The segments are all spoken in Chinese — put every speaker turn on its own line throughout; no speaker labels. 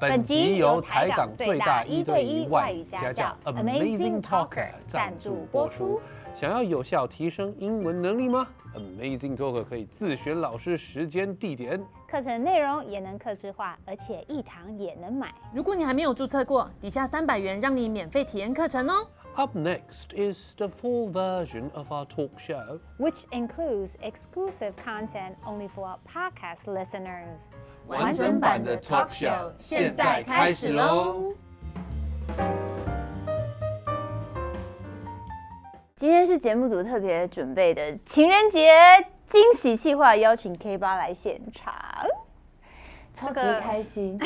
本集由台港最大一对一外语家教 Amazing Talker 赞助播出。想要有效提升英文能力吗？Amazing Talker 可以自选老师、时间、地点。
课程内容也能客制化，而且一堂也能买。
如果你还没有注册过，底下三百元让你免费体验课程哦。
Up next is the full version of our talk show.
which includes exclusive content only for podcast listeners.
完整版的 talk show 现在开始喽！
今天是节目组特别准备的情人节惊喜计划，邀请 K 八来现场，超级开 心，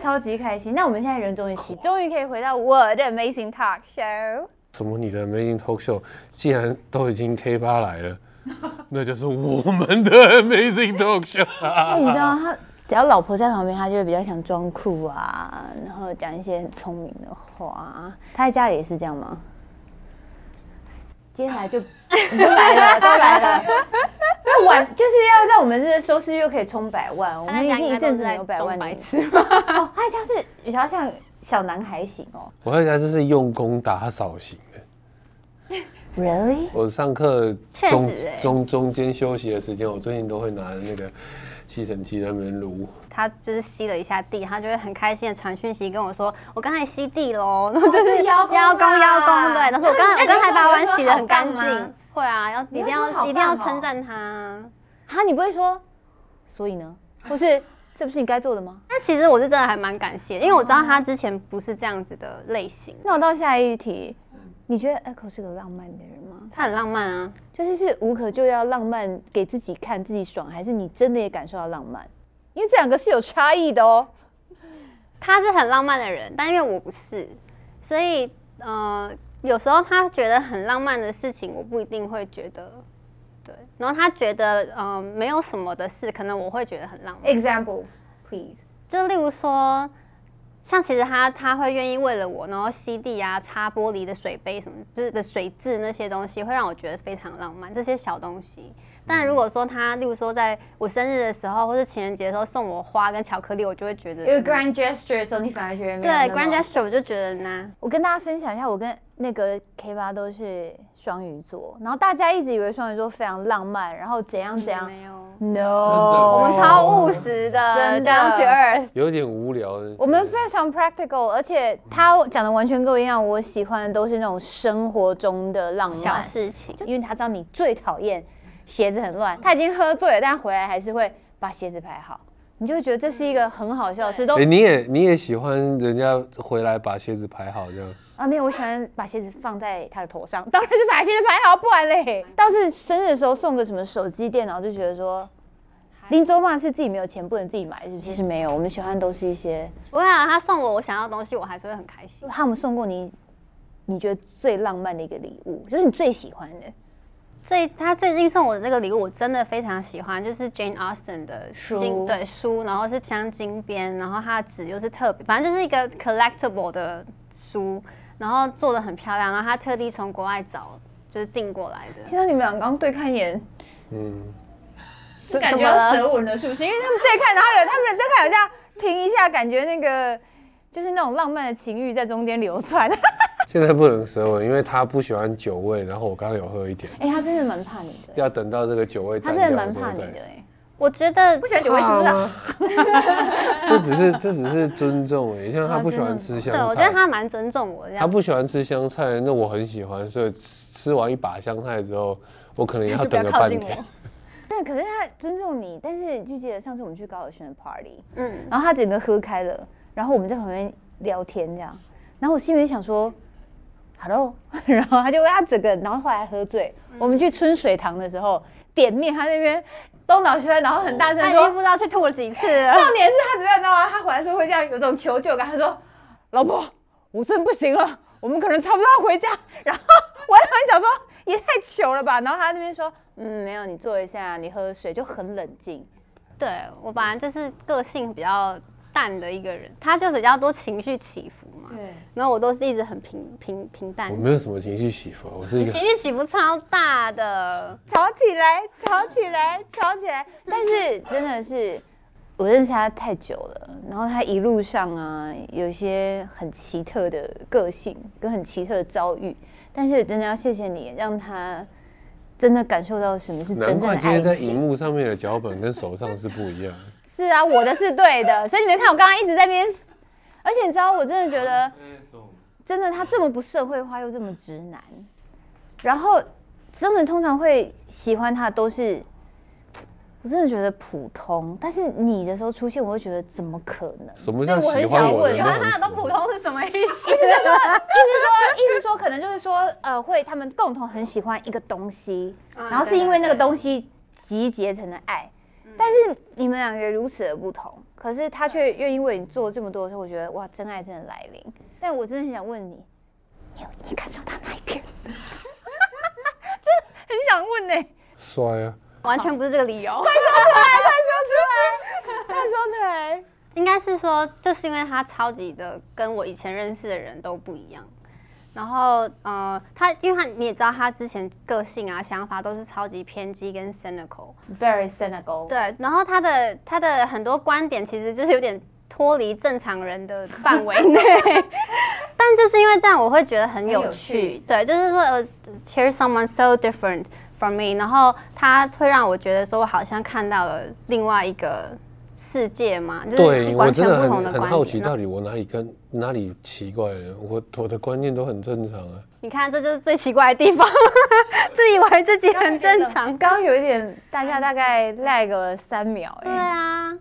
超级开心。那我们现在人终于齐，终于可以回到我的 Amazing Talk Show。
什么？你的 Amazing Talk Show 既然都已经 K 八来了， 那就是我们的 Amazing Talk Show
哎，你知道他只要老婆在旁边，他就会比较想装酷啊，然后讲一些很聪明的话。他在家里也是这样吗？接下来就 你都来了，都来了。那晚就是要让我们这收视率又可以冲百万，我们已经一阵子没有百 万了。
痴
哦，他像是比较像小男孩型哦。
我看起来这是用功打扫型的。
Really？
我上课
确实
中
欸
中中间休息的时间，我最近都会拿那个吸尘器在那边撸。
他就是吸了一下地，他就会很开心的传讯息跟我说：“我刚才吸地喽。”然后 就是
邀功啊
邀功邀功，对。但是我刚
啊那
我
你那
刚才
你会
把
说
碗洗的很
好棒
干
吗
净。会啊，要
你
一
会
定
说好
要一定要
棒哦
称赞他。
哈，你不会说，所以呢？或是这不是你该做的吗？
那其实我是真的还蛮感谢，因为我知道他之前不是这样子的类型，
那我到下一题，你觉得 Echo 是个浪漫的人吗？
他很浪漫啊。
就是是无可救药浪漫给自己看自己爽，还是你真的也感受到浪漫？因为这两个是有差异的哦。
他是很浪漫的人，但因为我不是，所以呃，有时候他觉得很浪漫的事情，我不一定会觉得对。然后他觉得呃没有什么的事，可能我会觉得很浪漫。
Examples please。
就例如说，像其实他他会愿意为了我，然后吸地啊、擦玻璃的水杯什么，就是的水渍那些东西，会让我觉得非常浪漫。这些小东西，但
嗯
如果说他，例如说在我生日的时候，或是情人节的时候送我花跟巧克力，我就会觉得嗯
因为 grand gesture 的时候，你反而觉得没有
对
那么
grand gesture，我就觉得呢，
我跟大家分享一下，我跟那个 K 八都是双鱼座，然后大家一直以为双鱼座非常浪漫，然后怎样怎样。
没有，
No，
我
我们超务实的，
真的
down to earth
有点无聊的。
我们非常 practical，而且他讲的完全跟我一样，我喜欢的都是那种生活中的浪
小
漫，
事情。
因为他知道你最讨厌鞋子很乱，他已经喝醉了，但回来还是会把鞋子排好，你就会觉得这是一个很好笑的事。都
哎、你也你也喜欢人家回来把鞋子排好这样？
啊，没有，我喜欢把鞋子放在他的头上，当然是把鞋子排好，不然嘞。倒是生日的时候送个什么手机、电脑，就觉得说，林州嘛是自己没有钱，不能自己买，是不是？其实没有，我们喜欢都是一些。
不会啊，他送我我想要的东西，我还是会很开心。
他们送过你，你觉得最浪漫的一个礼物，就是你最喜欢的
最他最近送我的这个礼物，我真的非常喜欢，就是 Jane Austen 的
书
金对书，然后是镶金边，然后它的纸又是特别，反正就是一个 collectible 的书，然后做的很漂亮，然后他特地从国外找，就是订过来的。
听啊到你们俩刚刚对看一眼，
嗯，
是感觉要舌吻了，是不是？因为他们对看，然后有他们对看有这样停一下，感觉那个就是那种浪漫的情欲在中间流窜。
现在不能舌吻，因为他不喜欢酒味。然后我刚刚有喝一点，
哎、他真的蛮怕你的，
要等到这个酒味
他
淡
真的
掉的
蛮
时
怕
候
你
再。
的哎、
我觉得不
不喜欢酒味是不是、啊？
这只是这只是尊重诶，像他不喜欢吃香
对，
菜，
我觉得他蛮尊重我的这
他
样。
不喜欢吃香菜，那我很喜欢，所以吃吃完一把香菜之后，我可能也要
就不要
等个
靠
半
近
天。
但可是他尊重你，但是就记得上次我们去高尔宣的 party，
嗯，
然后他整个喝开了，然后我们在旁边聊天这样，然后我心里面想说，hello，然 后他就他整个，然后后来喝醉，我们去春水堂的时候点面，他那边东倒西歪，然后很大声
他已
说，
经不知道去吐了几次了。
重点是他怎么样，你知道吗？他回来的时候会这样有种求救感，他说：“老婆，我真不行了，我们可能差不多要回家。”然后我也很想说也太糗了吧，然后他那边说：“嗯，没有，你坐一下，你喝水，就很冷静。
对我本来就是个性比较淡的一个人，他就比较多情绪起伏嘛。
对，
然后我都是一直很平平平淡
我，没有什么情绪起伏，我是一个
情绪起伏超大的。
吵起来，吵起来，吵起来。”但是真的是。我认识他太久了，然后他一路上啊，有一些很奇特的个性跟很奇特的遭遇，但是真的要谢谢你，让他真的感受到什么是
难
真正
怪
的
今天
爱
在荧
情。
幕上面的脚本跟手上是不一样。
是啊，我的是对的，所以你没看我刚刚一直在那边，而且你知道，我真的觉得。真的他这么不社会化又这么直男，然后真的通常会喜欢他的都是，我真的觉得普通。但是你的时候出现，我会觉得怎么可能？
什么叫
所以我很
喜欢
想
我的
问
喜
那
欢
种
他的都普通是什么意思？
意思是说，意思说，意思说，可能就是说，呃，会他们共同很喜欢一个东西，
啊
然后是因为那个
对对对
东西集结成了爱。但是你们两个如此的不同，可是他却愿意为你做这么多的时候，我觉得哇，真爱真的来临。但我真的很想问你，你有你感受到哪一点？真的很想问呢、
帅啊！
完全不是这 个理由。
快说出来。
应该是说，就是因为他超级的跟我以前认识的人都不一样。然后，呃，他因为他你也知道，他之前个性啊、想法都是超级偏激跟 cynical。
Very cynical。
对，然后他的他的很多观点其实就是有点脱离正常人的范围 内，但就是因为这样，我会觉得很有
很有
趣。对，就是说呃，here's someone so different from me，然后他会让我觉得说我好像看到了另外一个世界嘛，
嗯
就是
对我
完全
真的
不同的
很很
观点。
好奇，
然后
到底我哪里跟哪里奇怪了？我我的观念都很正常啊。
你看，这就是最奇怪的地方， 自以为自己很正常。
刚刚有一点，大家大概 lag 了三秒、
对
哎，
啊，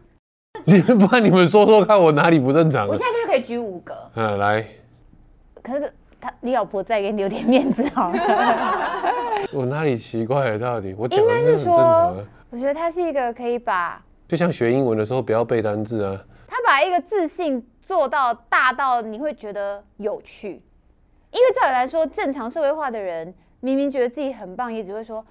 你们不然你们说说看，我哪里不正常
我
了
现？在就可以举五个，
嗯，来，
可是他你老婆再给你留点面子好了。
我哪里奇怪了？到底我讲
应
的
该
是
是
很正常
说
啊。，
我觉得他是一个可以把
就像学英文的时候，不要背单字啊。
他把一个自信做到大到你会觉得有趣，因为照理来说，正常社会化的人明明觉得自己很棒，也只会说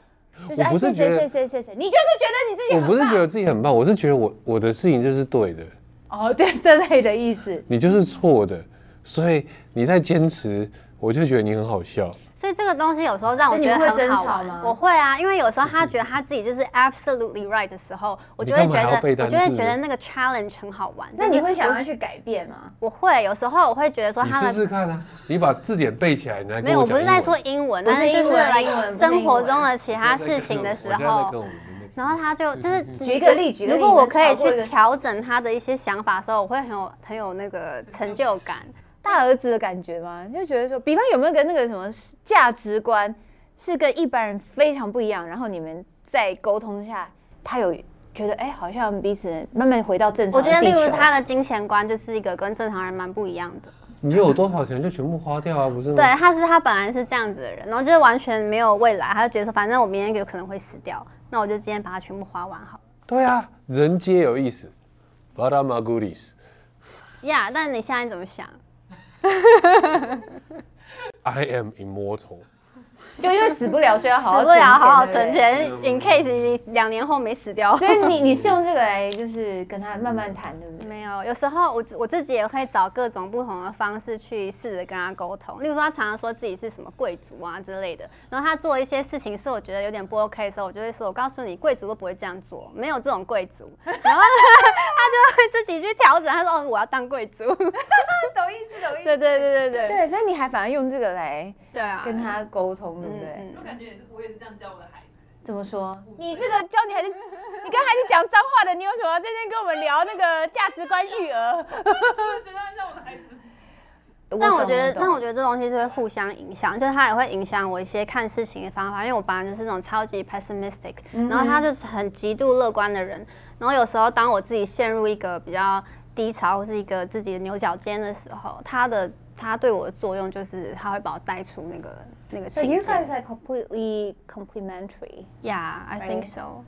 就是
我
哎
不是
谢谢
觉得
谢谢谢谢，你就是觉得你自己
我
很
不是
棒
觉得自己很棒，我是觉得我我的事情就是对的，
哦，对这类的意思。
你就是错的，所以你在坚持，我就觉得你很好笑。
所以这个东西有时候让我
所以
觉
你
得
们会
很好
争吵
玩
吗
我会啊，因为有时候他觉得他自己就是 absolutely right 的时候，我
你
就会
干
觉
嘛还要背单
得，我就会
字
觉得那个 challenge 很好玩。
那
就是
你会想
我
要去改变吗？
我会有时候我会觉得说
你
他
试
的
试看啊，你把字典背起来，你来
没
跟
有，
我
我
讲。
不是在说，英文，但
不是
就
英
是
文
来
英文不是
生活
英文
中的其他事情的时候。然后他就就是
举一个例举一个例
如果我
你们
可以
吵过一
去
个
调整他的一些想法的时候，我会很有很有那个成就感。
大儿子的感觉吗？就觉得说，比方有没有跟那个什么价值观是跟一般人非常不一样，然后你们再沟通下，他有觉得哎、好像彼此慢慢回到正常
我
的
觉
地
得，
球。
例如他的金钱观就是一个跟正常人蛮不一样的。
你有多少钱就全部花掉啊，不
嗯
是吗？
对，他是他本来是这样子的人，然后就是完全没有未来，他就觉得说，反正我明天有可能会死掉，那我就今天把它全部花完好了。
对啊，人皆有意思。巴拉马古里斯
呀、yeah,，但你现在怎么想？
，I am immortal。
就因为死不了，所以要好好
死不了，好好
对
存
不对。嗯
钱，in case 你两年后没死掉。
所以你你是用这个来就是跟他慢慢谈，对不对？
没有，有时候我自我自己也会找各种不同的方式去试着跟他沟通。例如说，他常常说自己是什么贵族啊之类的，然后他做一些事情是我觉得有点不 OK 的时候，我就会说：“我告诉你，贵族都不会这样做，没有这种贵族。”然后呢 他就会自己去调整，他说：“哦，我要当贵族。”
懂意思，懂意。
对对对对对
对，所以你还反而用这个来
对啊，
跟他沟通，对不
嗯
对？
嗯
我感觉也是，我也是这样教我的孩子。
怎么说？你这个教你还是你跟孩子讲脏话的，你有什么在这跟我们聊那个价值观育儿？
我觉得让我的孩子，
但我觉得，但我觉得这东西是会互相影响，就是它也会影响我一些看事情的方法。因为我本来就是那种超级 pessimistic，、然后
嗯
他就是很极度乐观的人。然后有时候当我自己陷入一个比较低潮或是一个自己的牛角尖的时候，他的他对我的作用就是他会把我带出那个那个
So
情
you
境。
guys are completely complementary.
Yeah, I think
Right.
so.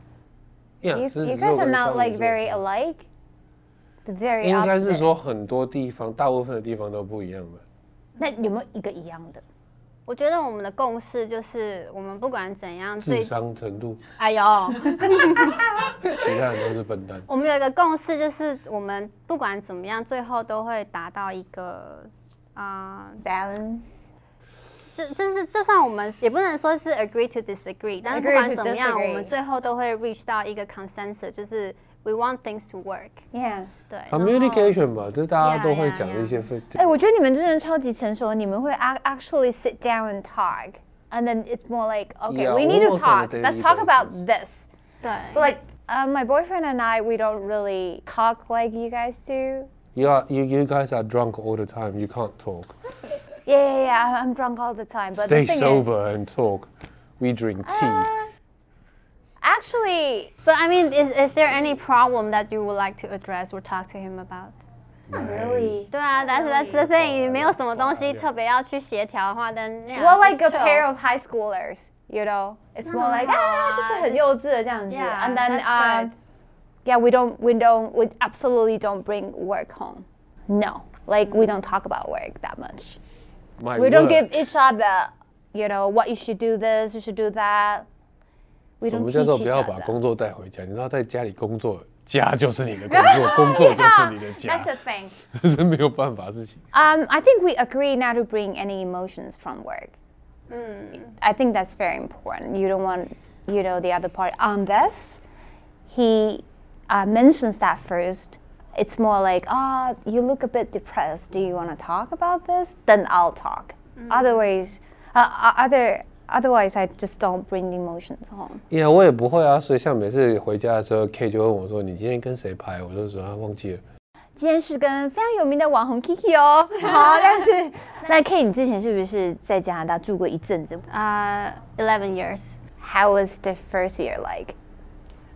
Yeah,
You,
狮
you
子
guys
座
are
跟
not
双
like
鱼座
very alike. The very
应该是
opposite.
说很多地方，大部分的地方都不一样吧。
那有没有一个一样的？
我觉得我们的共识就是，我们不管怎样，
智
最
商程度，
哎呦。
其他人都是笨蛋。
我们有一个共识，就是我们不管怎么样，最后都会达到一个啊、
Balance.
这就是就算我们也不能说是 agree to disagree，但是不
Agree
管
to
怎么样，
disagree
我们最后都会 reach 到一个 consensus，就是 we want things to work。
Yeah，
对然后
communication 吧，就是大家
Yeah,
都会
yeah,
讲一
yeah
些非
哎、我觉得你们真的超级成熟，你们会 ac- actually sit down and talk, and then it's more like, okay,
Yeah,
we need to
almost on a
talk.
daily
Let's talk about this.
对
But like, uh, my boyfriend and I, we don't really talk like you guys do.
you are you you guys are drunk all the time. You can't talk.
Yeah, yeah, yeah. I'm- I'm drunk all the time, but
Stay
the thing
sober and talk. We drink tea.
is, actually,
But I mean, is is there any problem that you would like to address or talk to him about？
哎
really.
对啊，that's that's the thing，
Yeah.
没有什么东西特别要去协调的话，但
Well, like a pair of high schoolers, you know. It's more like ah, 就是很幼稚这样子。
Mm-hmm. Yeah,
and then
that's
um,
good.
yeah, we don't, we don't, we absolutely don't bring work home. No, like we don't talk about work that much.
My
We
word.
don't give each other, you know, what you should do this, you should do that. We
什
don't
么
teach
叫
each
做不要把
other.
工作带回家？你知道，在家里工作，家就是你的工作，工作就是你的家
That's，a thing.
这是没有办法的事情。
Um, I think we agree not to bring any emotions from work. I think that's very important. You don't want, you know, the other party. Unless he uh, mentions that first, it's more like, ah, you look a bit depressed. Do you want to talk about this? Then I'll talk. Otherwise, uh, uh, other otherwise, I just don't bring the emotions home.
呀，我也不会啊，所以像每次回家的时候，K 就问我说：“你今天跟谁拍？”我就说：“他忘记了。
今天是跟非常有名的网红 Kiki 哦，好，但是那 K 你之前是不是在加拿大住过一阵子
呃 eleven years。
How was the first year like?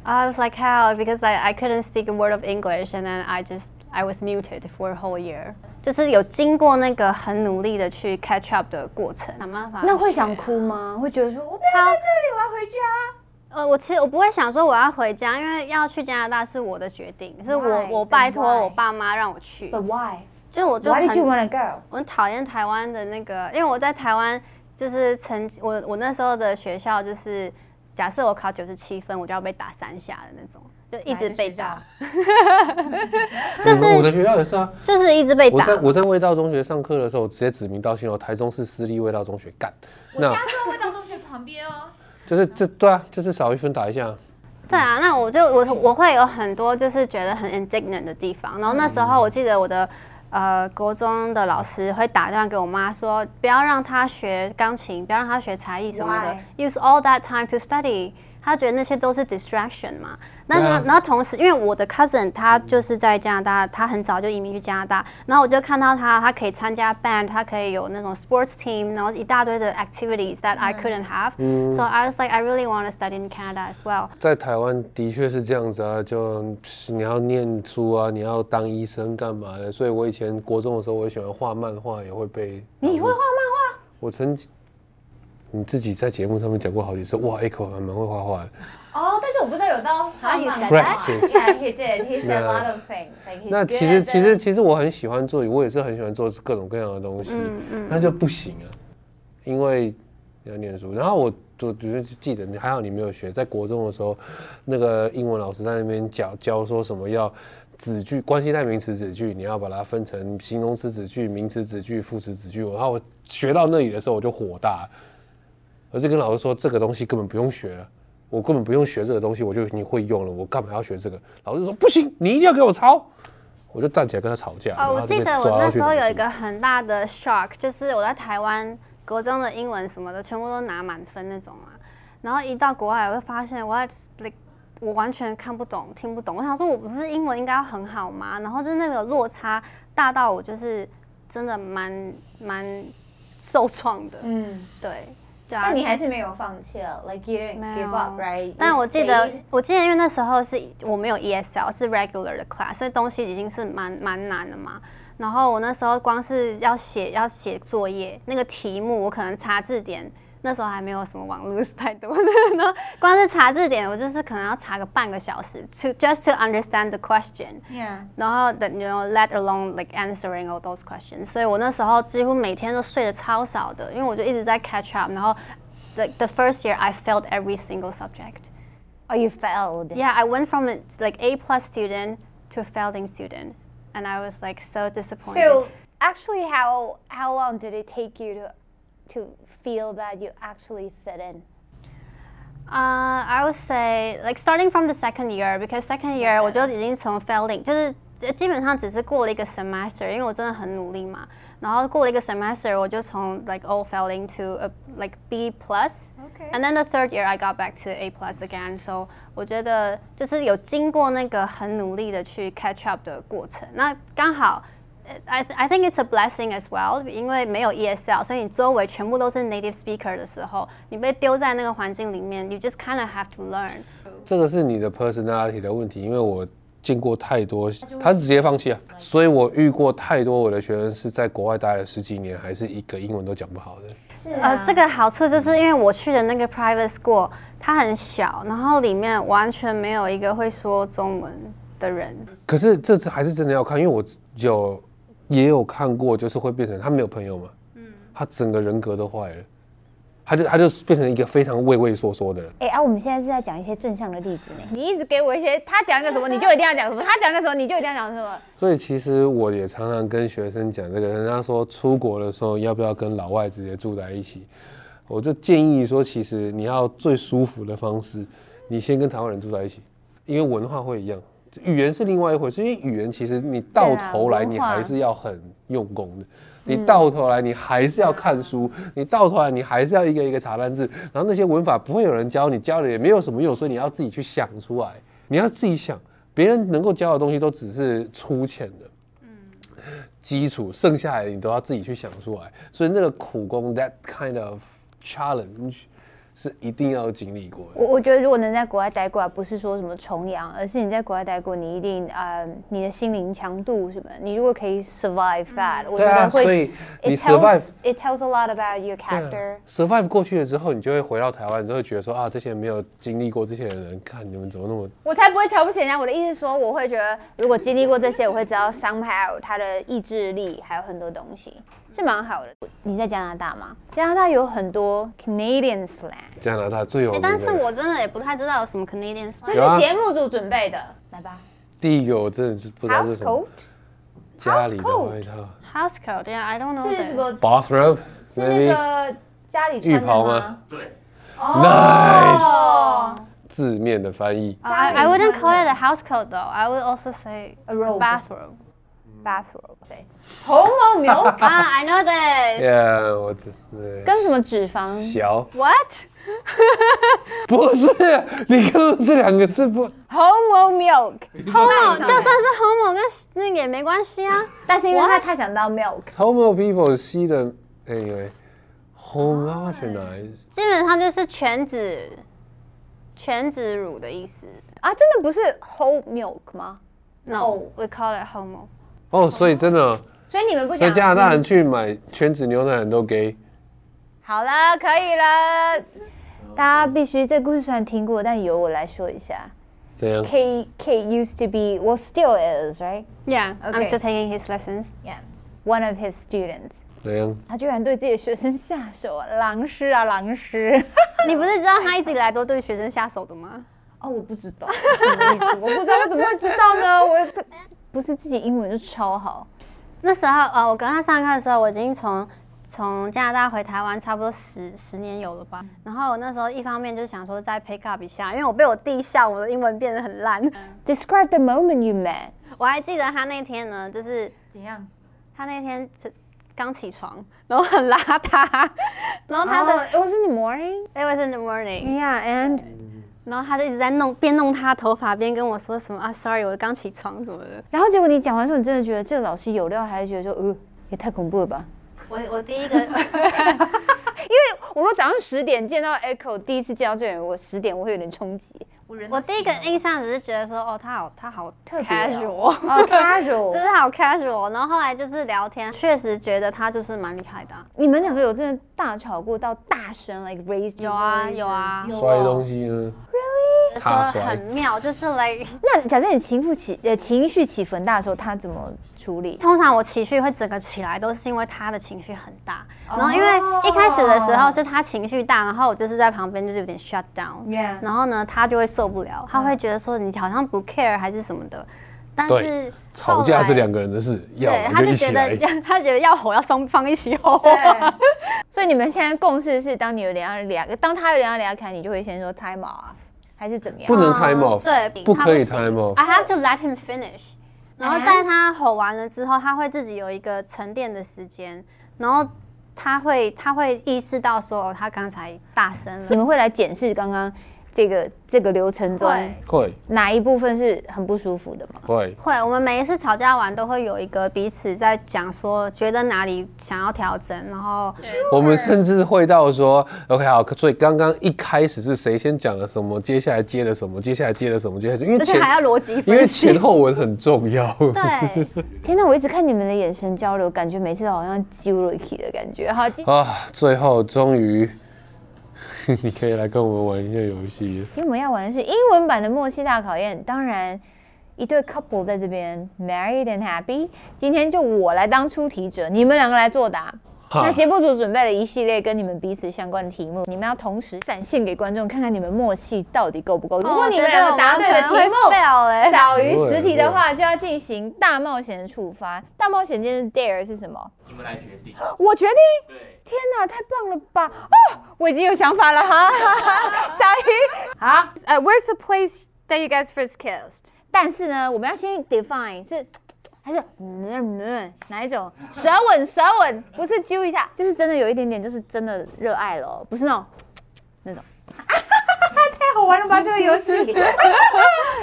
I was like how because I I couldn't speak a word of English and then I just I was muted for a whole year。就是有经过那个很努力的去 catch up 的过程，想办法。啊
那会想哭吗？会觉得说我不要在这里，我要回家。
呃，我其实我不会想说我要回家，因为要去加拿大是我的决定，是我
Why?
我拜托
Then why?
我爸妈让我去，
But why?
就我就
Why did
很
you want to go?
我很讨厌台湾的那个，因为我在台湾就是成绩我我那时候的学校就是，假设我考九十七分，我就要被打三下的那种，就一直被打，
我们我的学校也是啊，
就是一直被
我
打。
在我在味道中学上课的时候，我直接指名道姓哦，台中市私立味道中学干。那
家在味道中学旁边哦。
就是这对啊，就是少一分打一下啊。
对啊，那我就我我会有很多就是觉得很 indignant 的地方。然后那时候我记得我的呃国中的老师会打电话给我妈说，不要让她学钢琴，不要让她学才艺什么的，use all that time to study。她觉得那些都是 distraction 嘛。那
对
呢
啊，
然后同时，因为我的 cousin 他就是在加拿大，他很早就移民去加拿大，然后我就看到他，他可以参加 band，他可以有那种 sports team，然后一大堆的 activities that I couldn't have、So I was like, I really want to study in Canada as well.
在台湾的确是这样子啊，就你要念书啊，你要当医生干嘛的？所以我以前国中的时候，我也喜欢画漫画，也会被
你会画漫
我曾经你自己在节目上面讲过好几次，哇，Echo 还蛮会画画的。
画？哦，但是我不知道有到画
you
漫
said
画。
that.
Yeah, he did. He said a lot
Yeah.
of things. Like he's
那
good
其实
at
其实其实我很喜欢做，我也是很喜欢做各种各样的东西，那就不行啊，因为你要念书。然后我我就记得，你还好你没有学，在国中的时候，那个英文老师在那边教教说什么要。子句关系代名词子句，你要把它分成形容词子句、名词子句、副词子句。然后我学到那里的时候，我就火大，我就跟老师说这个东西根本不用学了，我根本不用学这个东西，我就已经会用了，我干嘛要学这个？老师说不行，你一定要给我抄。我就站起来跟他吵架。然
哦，
后
我
他
记
就被
得
抓
我
到
那
去
时候
读
有一
书
个很大的 shock，就是我在台湾国中的英文什么的全部都拿满分那种啊，然后一到国外我会发现我 like 我完全看不懂、听不懂。我想说，我不是英文应该要很好吗？然后就是那个落差大到我就是真的蛮蛮受创的。
嗯，
对，对啊
Mm. 但。你还是没有放弃了，like you didn't
没有
give up, right? You
但我记得
stayed.，
我记得，因为那时候是我没有 ESL，是 regular 的 class，所以东西已经是蛮蛮难的嘛。然后我那时候光是要写要写作业那个题目，我可能查字典，那时候还没有什么网络 太多，然后光是查字典，我就是可能要查个半个小时，to just to understand the question。
Yeah.
然后等 you know let alone like answering all those questions，所以我那时候几乎每天都睡得超少的，因为我就一直在 catch up。然后 the the first year I failed every single subject。
Oh, you failed.
Yeah, I went from a, like A plus student to a failing student, and I was like so disappointed.
So actually, how how long did it take you to to feel that you actually fit in?
Uh, I would say like starting from the second year because second year 我就已经从 failing 就是呃基本上只是过了一个 semester，因为我真的很努力嘛。然后过了一个 semester，我就从 like all failing to a, like B plus。
Okay.
And then the third year I got back to A plus again. So 我觉得就是有经过那个很努力的去 catch up 的过程。那刚好呃 I I think it's a blessing as well，因为没有 ESL，所以你周围全部都是 native speaker 的时候，你被丢在那个环境里面，you just kind of have to learn。
这个是你的 personality 的问题，因为我见过太多，他直接放弃啊，所以我遇过太多我的学生是在国外待了十几年，还是一个英文都讲不好的。
是
呃，
啊，
这个好处就是因为我去的那个 private school 它很小，然后里面完全没有一个会说中文的人。
可是这次还是真的要看，因为我有也有看过，就是会变成他没有朋友嘛，他整个人格都坏了，他就他就变成一个非常畏畏缩缩的人。
哎、啊，我们现在是在讲一些正向的例子呢。
你一直给我一些，他讲一个什么你就一定要讲什么，他讲一个什么你就一定要讲什么。
所以其实我也常常跟学生讲这个，人家说出国的时候要不要跟老外直接住在一起，我就建议说，其实你要最舒服的方式，你先跟台湾人住在一起，因为文化会一样，语言是另外一回事，因为语言其实你到头来
对
你
啊文化嗯
还是要很用功的。你到头来，你还是要看书；你到头来，你还是要一个一个查单字。然后那些文法不会有人教你，教了也没有什么用，所以你要自己去想出来。你要自己想，别人能够教的东西都只是粗浅的。基础，剩下来你都要自己去想出来。所以那个苦工，that kind of challenge 是一定要经历过的。
我我觉得如果能在国外待过啊，不是说什么崇洋，而是你在国外待过，你一定呃，你的心灵强度什么，你如果可以 survive
嗯
that，、我觉
对啊
得会。
所以你
it tells-
survive 啊
it tells a lot about your character、
survive 过去了之后，你就会回到台湾，你都会觉得说啊，这些没有经历过这些的人，看你们怎么那么……
我才不会瞧不起人家。我的意思是说，我会觉得如果经历过这些，我会知道 somehow 他的意志力还有很多东西是蛮好的。你在加拿大吗？加拿大有很多 Canadian slang，
加拿大最有
哎
名的。
但是我真的也不太知道有什么 Canadian slang。
这
有啊
是节目组准备的，来吧。
第一个我真的是不知道是
House
什么
coat，
家里的外套
House code, yeah, I don't know.
是
that.
什么？
，bathrobe
是那
maybe
个哦家里
浴
穿的
袍
吗
吗？？nice
哦。
字面的翻译，
I, I wouldn't call it a house coat though. I would also say
A robe.
bathrobe.
bathrobe，对，红毛苗
ah, I know this.
yeah 我只对
跟什么脂肪？
小
What?
不是你刚刚这两个是不
红毛 milk，
Homo 就算是 homo 跟那个也没关 系啊。
但是因为他他想到 milk，
homo people 西的 anyway homogenize
基本上就是全脂全脂乳的意思。
啊，真的不是 whole milk 吗？
No,
Oh.
we call it homo.
哦，所以真的，
所以你们不
所以
讲
加拿大人去买全脂牛奶很多 gay，
好了，可以了。大家必须这故事虽然听过，但由我来说一下。
怎样？
K K used to be, well, still is, right?
Yeah, I'm
Okay.
still taking his lessons.
Yeah, one of his students.
怎样？
他居然对自己的学生下手啊， 狼师啊，狼师。
你不是知道他一直以来都对学生下手的吗？
哦，我不知道什么意思，我不知道，我怎么会知道呢？我 不是自己英文就超好，
那时候呃，我跟他上课的时候，我已经从从加拿大回台湾差不多十十年有了吧。然后我那时候一方面就想说再 pick up 一下，因为我被我弟笑我的英文变得很烂。
Describe the moment you met。
我还记得他那天呢，就是
怎样？
他那天刚起床，然后很邋 遢，然后他的、
it was in the morning.
it was in the morning，
哦 Yeah, and
然后他就一直在弄，边弄他头发边跟我说什么啊，sorry，我刚起床什么的。
然后结果你讲完之后，你真的觉得这个老师有料，还是觉得说，呃，也太恐怖了吧？
我我第一个
因为我如果早上十点见到 Echo，第一次见到这个人，我十点我会有点冲击。
我人
我第一个印象只是觉得说，哦，他好他好
特别哦
casual，就
casual，
是好 casual。然后后来就是聊天，确实觉得他就是蛮厉害的啊、
你们两个有真的大吵过到大声，like raise？
有啊有啊，
摔东西嗯呢？
说
大
得
甩
很妙，就是 like
那假设你情绪起呃情绪起伏很大的时候，他怎么处 理？
通常我情绪会整个起来，都是因为他的情绪很大。然后因为一开始的时候是他情绪大，然后我就是在旁边就是有点 shut down。
Yeah
然后呢，他就会受不了，他会觉得说你好像不 care 还是什么的。但
对
是
吵架是
两，
两个人的事，要
啊对，
我
他
就一
就
起
觉得
来。
他觉得要吼要双方一起吼，
对，所以你们现在共识是，当你有点要俩，当他有点要俩开，你就会先说 time off，还是怎么样？
不能 time
嗯
off，
对
不可以
他啊
time off。
I have to let him finish。
嗯
然后在他吼完了之后，他会自己有一个沉淀的时间，然后他会他会意识到说，哦，他刚才大声
嗯你
了，
们会来检视刚刚这个这个流程中
对
会
哪一部分是很不舒服的吗？
会，
会，我们每一次吵架完都会有一个彼此在讲说，觉得哪里想要调整，然后
我们甚至会到说，OK 好，所以刚刚一开始是谁先讲了什么，接下来接了什么，接下来接了什么，接下来因为
而且
前
还要逻辑
因为
分析。
前后文很重要。
对，
天哪，我一直看你们的眼神交流，感觉每次都好像揪了一起的感觉。好，今
啊，最后终于， 你可以来跟我们玩一下游戏。
今天我们要玩的是英文版的默契大考验，当然。一对 couple 在这边，married and happy。今天就我来当出题者，你们两个来作答。
哈
那节目组准备了一系列跟你们彼此相关的题目，你们要同时展现给观众，看看你们默契到底够不够。如果你们两个答对的题 目少于十题的话，就要进行大冒险处罚。大冒险今天的 dare 是什么？
你们来决定。
我决定！
对，
天哪，太棒了吧！哦，我已经有想法了，哈哈 哈，小鱼。
好，
呃、w h e r e s the place that you guys first kissed？
但是呢，我们要先 define 是还是嗯嗯哪一种舌吻舌吻，不是揪一下，就是真的有一点点，就是真的热爱了哦，不是那种那种。太好玩了吧这个游戏！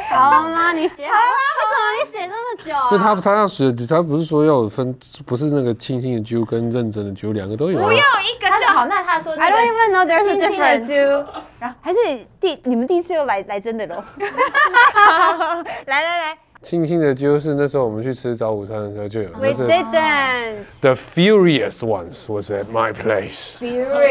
好吗？你写好
啊
了？为什么你写这么久、啊？
就他他要学，他不是说要有分，不是那个轻轻的揪跟认真的揪，两个都有啊。
一个就好。那他说那
I
个
don't even know there's a
轻轻的
difference。
揪，然后还是第你们第一次又来来真的 喽。来来来，
轻轻的揪是那时候我们去吃早午餐的时候就有，
We
那是
didn't。
The Furious Ones was at my place。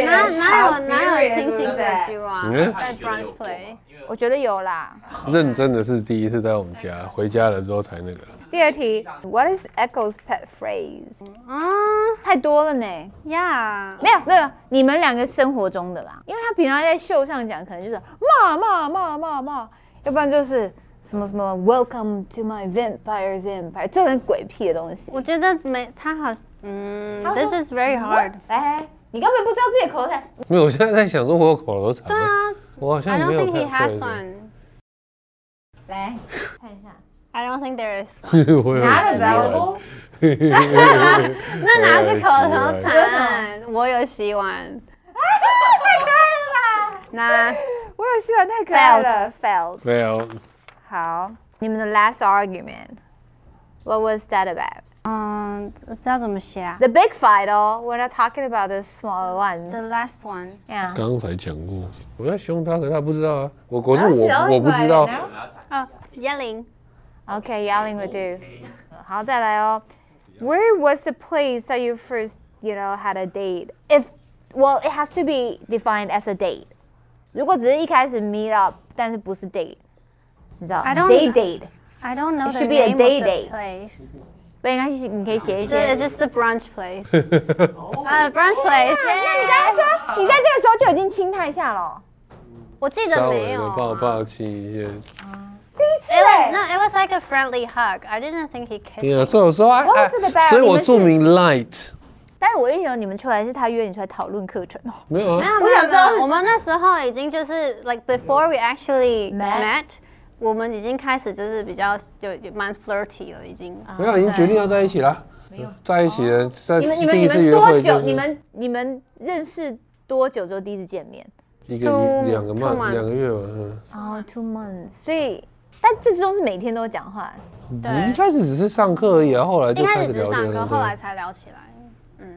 哪哪有哪有清醒的猪啊？
嗯
在 brunch
过
play
吗。因为
我觉得有啦。
认真的是第一次在我们家，回家了之后才那个。
第二题，What is Echo's pet phrase？
啊
太多了呢。
呀，
没有没有，你们两个生活中的啦，因为他平常在秀上讲，可能就是骂骂骂骂骂，要不然就是什么什么 Welcome to my vampire's empire，这很鬼屁的东西。
我觉得没他好，嗯
他说
，This is very hard。
来来来，哎你根本不知道自己的口才。
没有，我现在在想说，我有口头禅
对
吗？
啊
我好像
Uh, ，I
没
don't
有
think he
太
has
会
one。
来看一下，
I don't think there is。
我有
拿
习
得着
惯
不？
那哪是口头
我有
洗
禅？我有 洗碗。太可爱了吧！
我有希望，太可爱了。Failed。
没有，
好，你们的 last argument，what was that about？
那嗯，Um, 我知道怎么写啊
The big fight 哦，we're not talking about the smaller
？The
ones。
last one。
Yeah。
刚才讲过，我在凶他，可是他不知道啊。我可是
然后写到
我我不知道
出来了然后
哦，耶林。
Okay, yelling would do. 好，再来哦。Where was the place that you first, you know, had a date? If well, it has to be defined as a date. 如果只是一开始 meet up，但是不是 date，你知道
I don't
day
know.
date，
I don't know
It
the
should be a
name of
day
the
date.
place.
不应该是你可以写一
啊
So
些
it's。just the brunch place.
Oh.
呃，brunch place。
那你刚刚说你在这个时候就已经亲他一下了。
我记得
稍
没
微的
有啊。
抱抱亲一下。
欸
It
哎
was, no, it was like a friendly hug. I didn't think he kissed
对啊，
me.
所以我说啊，
What
啊
was it about？
所以我
你们是
注明 light
但是我印象你们出来是他约你出来讨论课程哦。
没有
没
啊，
有没有
想知
没
道是
有，我们那时候已经就是 like before we actually
Met
met，我们已经开始就是比较有有蛮 flirty 了，已经。
没有，已啊经决定要在一起了。没有，在一起的，在
你们你们
第
你
一次
们
约会
多
就
久？
是
你们你们认识多久之后第一次见面？
一个
two-
两个
two
半
months
两个月吧。嗯
哦、t w o months，所以但这之中是每天都讲话，
你一开始只是上课而已啊，后来
一
就
开
开
始
始
只
聊
上
天
课，
了。
后来才聊起来。嗯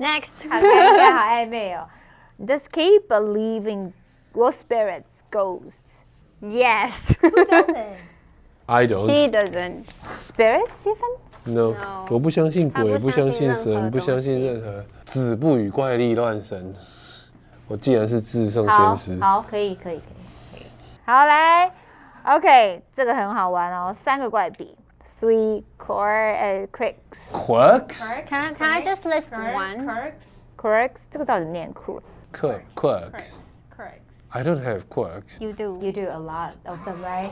好
，next，
暧昧，好暧昧哦。Does he believe in ghost spirits, ghosts?
yes，
I don't
he doesn't。
Spirits even?
know，
No
我不相信
他不
鬼，不相信
相信任
神，
何
不相信
东西
任何，子不与怪力乱神。我既然是至圣
好
先师，
好，可以，可以，可以，可以好来，OK，这个很好玩哦，三个怪笔，three core 呃 quirks
quirks
Can I- can I just list one？
Kirks,
quirks，这个到底怎么念？Quirk
quirk quirks
Kirks,
I don't have quirks
You do.
You do a lot of them, right?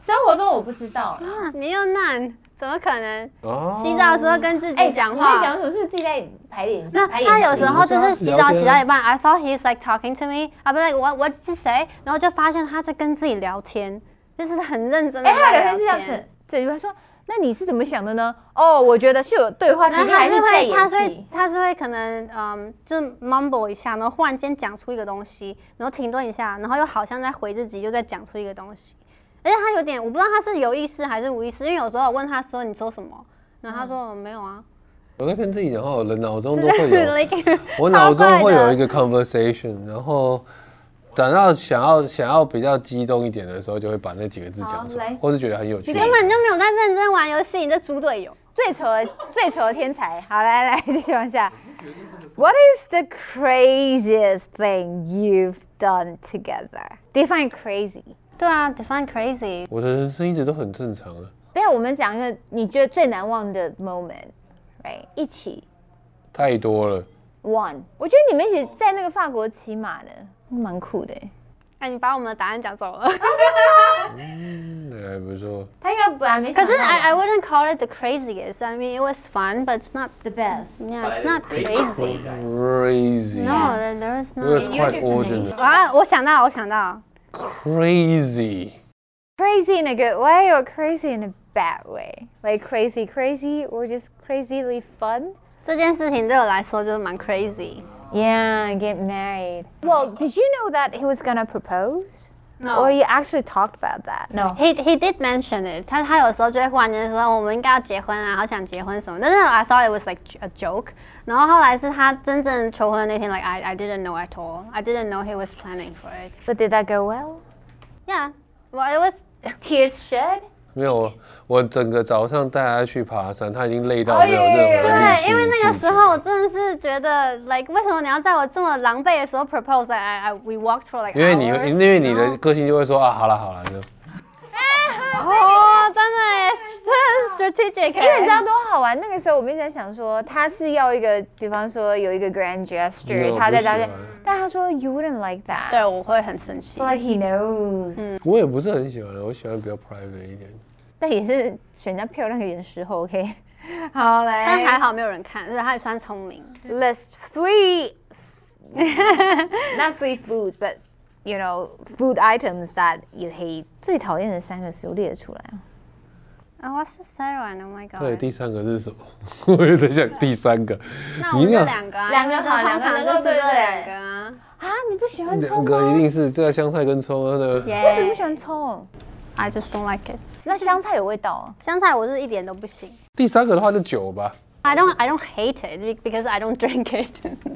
生活中我不知 道啦。
啊你又嫩，怎么可能？
哦
洗澡的时候跟自己讲
你在
话。
讲什么？是不是自己在排练？
那
排
他
练
有
习
时候就是啊洗澡洗到一半，I thought he's like talking to me，啊不对，我我是谁？然后就发现他在跟自己聊天，就是很认真的。
哎，他的聊天是这样子，，这句话说，那你是怎么想的呢？哦，我觉得是有对话，其
然
实
后他
还
是
在
会，他
演
是会
戏，。
他是会可能嗯，就是 mumble 一下，然后忽然间讲出一个东西，然后停顿一下，然后又好像在回自己，又在讲出一个东西。而且他有点，我不知道他是有意识还是无意识，因为有时候我问他说你说什么，
嗯
然后他说、没有啊，
我在跟自己讲话，我的脑中
就
都会
是
有，
like
我脑中会有一
个
个 conversation，然后等到想要想要比较激动一点的时候，就会把那几个字讲出
好
来，
来
或是觉得很有趣。
你根本就没有在认真玩游戏，你在猪队友。
最丑的最丑的天才。好，来来，继续往下。What is the craziest thing you've done together? Define crazy。
对啊，define crazy。
我的人生一直都很正常啊。
不要，我们讲一个你觉得最难忘的 moment，right？一起
太多了，
one。我觉得你们一起在那个法国骑马的，蛮酷的欸。
哎，你把我们的答案讲走了。
那还不错。
他应该本来没
可是 I I wouldn't call it the craziest. I mean it was fun, but it's not
the best。
yeah, it's not crazy.
Crazy.
No, there- there is
It was
not.
quite ordinary.
啊，我想到，我想到，
Crazy.
Crazy in a good way or crazy in a bad way? Like crazy, crazy or just crazily fun?
这件事情对我来说就是蛮 crazy。
Yeah, get married. Well, did you know that he was gonna propose? Or
No.
you actually talked about that? No.
He he did mention it. 他他有时候就会忽然间说我们应该要结婚啊，好想结婚什么。但是 I thought it was like a joke. 然后后来是他真正求婚的那天，like I I didn't know at all. I didn't know he was planning for it.
But did that go well?
Yeah. Well, it was
Tears shed?
没有，我整个早上带他去爬山，他已经累到没有任何力气。
哎对，因为那个时候我，真的是觉得，like，为什么你要在我这么狼狈的时候 propose？I I we walked for like
因为你
hours，
因为你
然
的
后
个性就会说啊，好了好了，就
哦，真 的耶，真的很 strategic，欸
因为你知道多好玩，那个时候我们一直在想说，他是要一个，比方说有一个 grand
没
gesture，
有
他在
不喜
大
欢
家，但他说 you wouldn't like that，Hmm.
对我会很生气
So，like he knows，
我也不是很喜欢，我喜欢比较 private 一点。
但也是选到漂亮的人时候，OK，好 来，
但还好没有人看，所以他也算聪 明。
list three not three foods but you know food items that you hate 最讨厌的三个词有列出来吗
啊，我是 Sarah，Oh my
对，
god，
第三个是什么？ 我有点想第三个。
那我们
你
就
俩
两个啊，
两个
因为
好
通
两个
常
能
就
够
是
对
这
对
两个啊。
啊？你不喜欢
两
葱
个一
吗？
定是这个香菜跟葱啊，对吧。
为什么不喜
Yeah，
欢葱？
I just don't like it。
那香菜有味道 啊。
香菜我是一点都不行。
第三个的话就酒吧，
I don't I don't hate it because I don't drink it。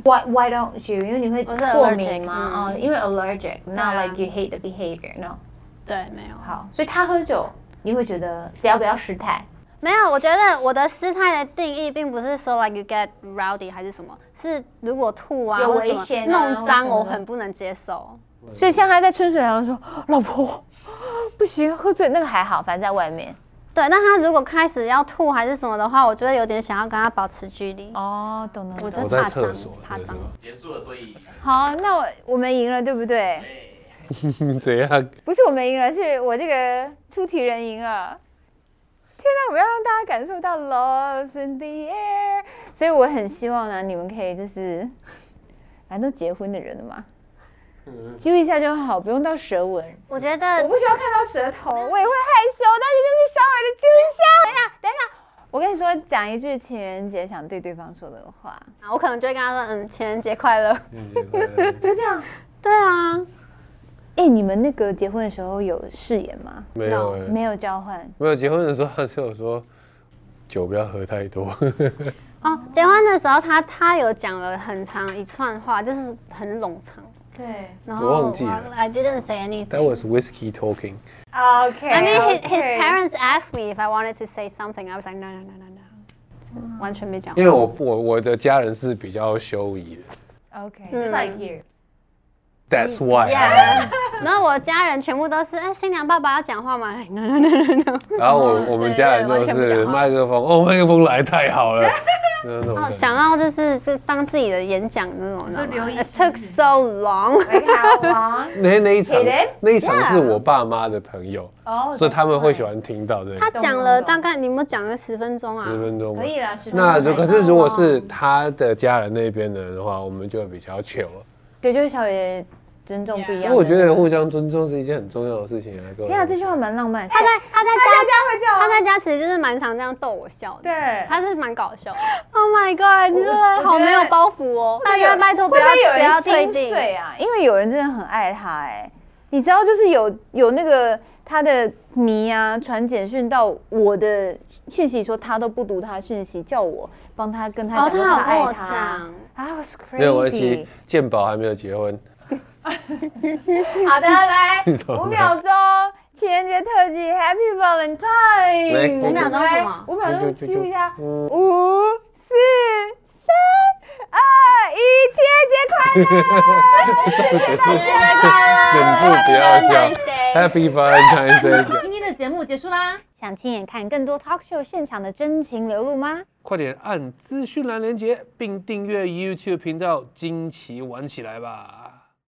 Why Why don't you？因为你会
我是 allergic，嗯
哦，因为 allergic，not
对啊
like you hate the behavior。No，
对，没有。
好，所以他喝酒，你会觉得只要不要失态。
没有，我觉得我的失态的定义并不是说 like you get rowdy 还是什么，是如果吐啊
有
或者什么
危险啊或
弄脏，
者什么
我很不能接受。
所以像他在春水堂说，老婆不行，喝醉那个还好，反正在外面。
对，那他如果开始要吐还是什么的话，我就会有点想要跟他保持距离。
哦，懂了。
我
我
真的
在
怕
厕
脏
所，，
怕
对
脏。
结束了，所以
好，那我我们赢了，对不对？
是吧 怎样？
不是我们赢了，是我这个出题人赢了。天哪，我们要让大家感受到 love in the air，所以我很希望呢，你们可以就是，反正都结婚的人了嘛，揪一下就好，不用到舌吻。
我觉
我
得
不需要看到舌头，我也会害羞，但是就是稍微的揪一下。等一下，等一下，我跟你说，讲一句情人节想对对方说的话，
啊我可能就会跟他说，嗯，情人节 快乐。
嗯
就这样。
对啊，
哎、你们那个结婚的时候有誓言吗？
没有哎，
没有交换。
没有结婚的时候他就有说酒不要喝太 多。
哦，结婚的时候他他有讲了很长一串话，就是很冗长。
对。
然
我
后
忘记了
I didn't say anything。
That was whiskey talking.
哦
Okay.
I mean, his, his
okay.
parents asked me if I wanted to say something. I was like, no, no, no, no, no. 完全没讲
因。为我我我的家人是比较羞疑的
嗯 Okay, just like you.
，That's why I
Yeah. 然后我家人全部都是，哎，新娘爸爸要讲话吗哎？No No No No No。
然后我我们家人都
对对完全不
是
讲话
麦克风，哦，麦克风来太好了， 就是那种
哦
感，觉
讲到就是这当自己的演讲那种，你知道
你说
吗
留一
It took so long。
你好啊，
那那一场
Hidden？
那一场是我爸妈的朋友，
哦
所以他们会喜欢听到这个
他讲了大概，你们讲了十分钟啊。
十分钟吧
可。以了，十分钟
那就可是如果
哦
是他的家人那边的话，我们就会比较 chill 了。
对，就是稍微尊重不一
因为
样的。
我觉得互相尊重是一件很重要的事情啊，各位。
天啊，这句话蛮浪漫。
他在他在
大
家
家会叫
他
我
在家其实就是蛮常这样逗我笑的。
对
他是蛮搞笑的。Oh my god！你真的好
我觉得
没有包袱哦。大
会有
家拜托不
会
要
会有
不要
人
退
心
订。
碎啊？
因为有人真的很爱他哎、你知道，就是有有那个他的迷啊，传简讯到我的讯息说他都不读他讯息，叫我帮他跟他
哦，
讲说
他
他
有跟我
爱他。
讲。
啊，我是
没有，我一起
crazy。
鉴宝还没有结婚，
好 的，来
你说
五秒钟，情人节特辑 Happy Valentine，
来五秒
钟是吗
五秒钟
就就就
记录一下，
嗯
五四三二一，情人节快乐！
忍住不要笑。Happy Valentine's Day！
今天的节目结束啦。
想亲眼看更多 talk show 现场的真情流露吗？
快点按资讯栏连接，并订阅 YouTube 频道，惊奇玩起来吧！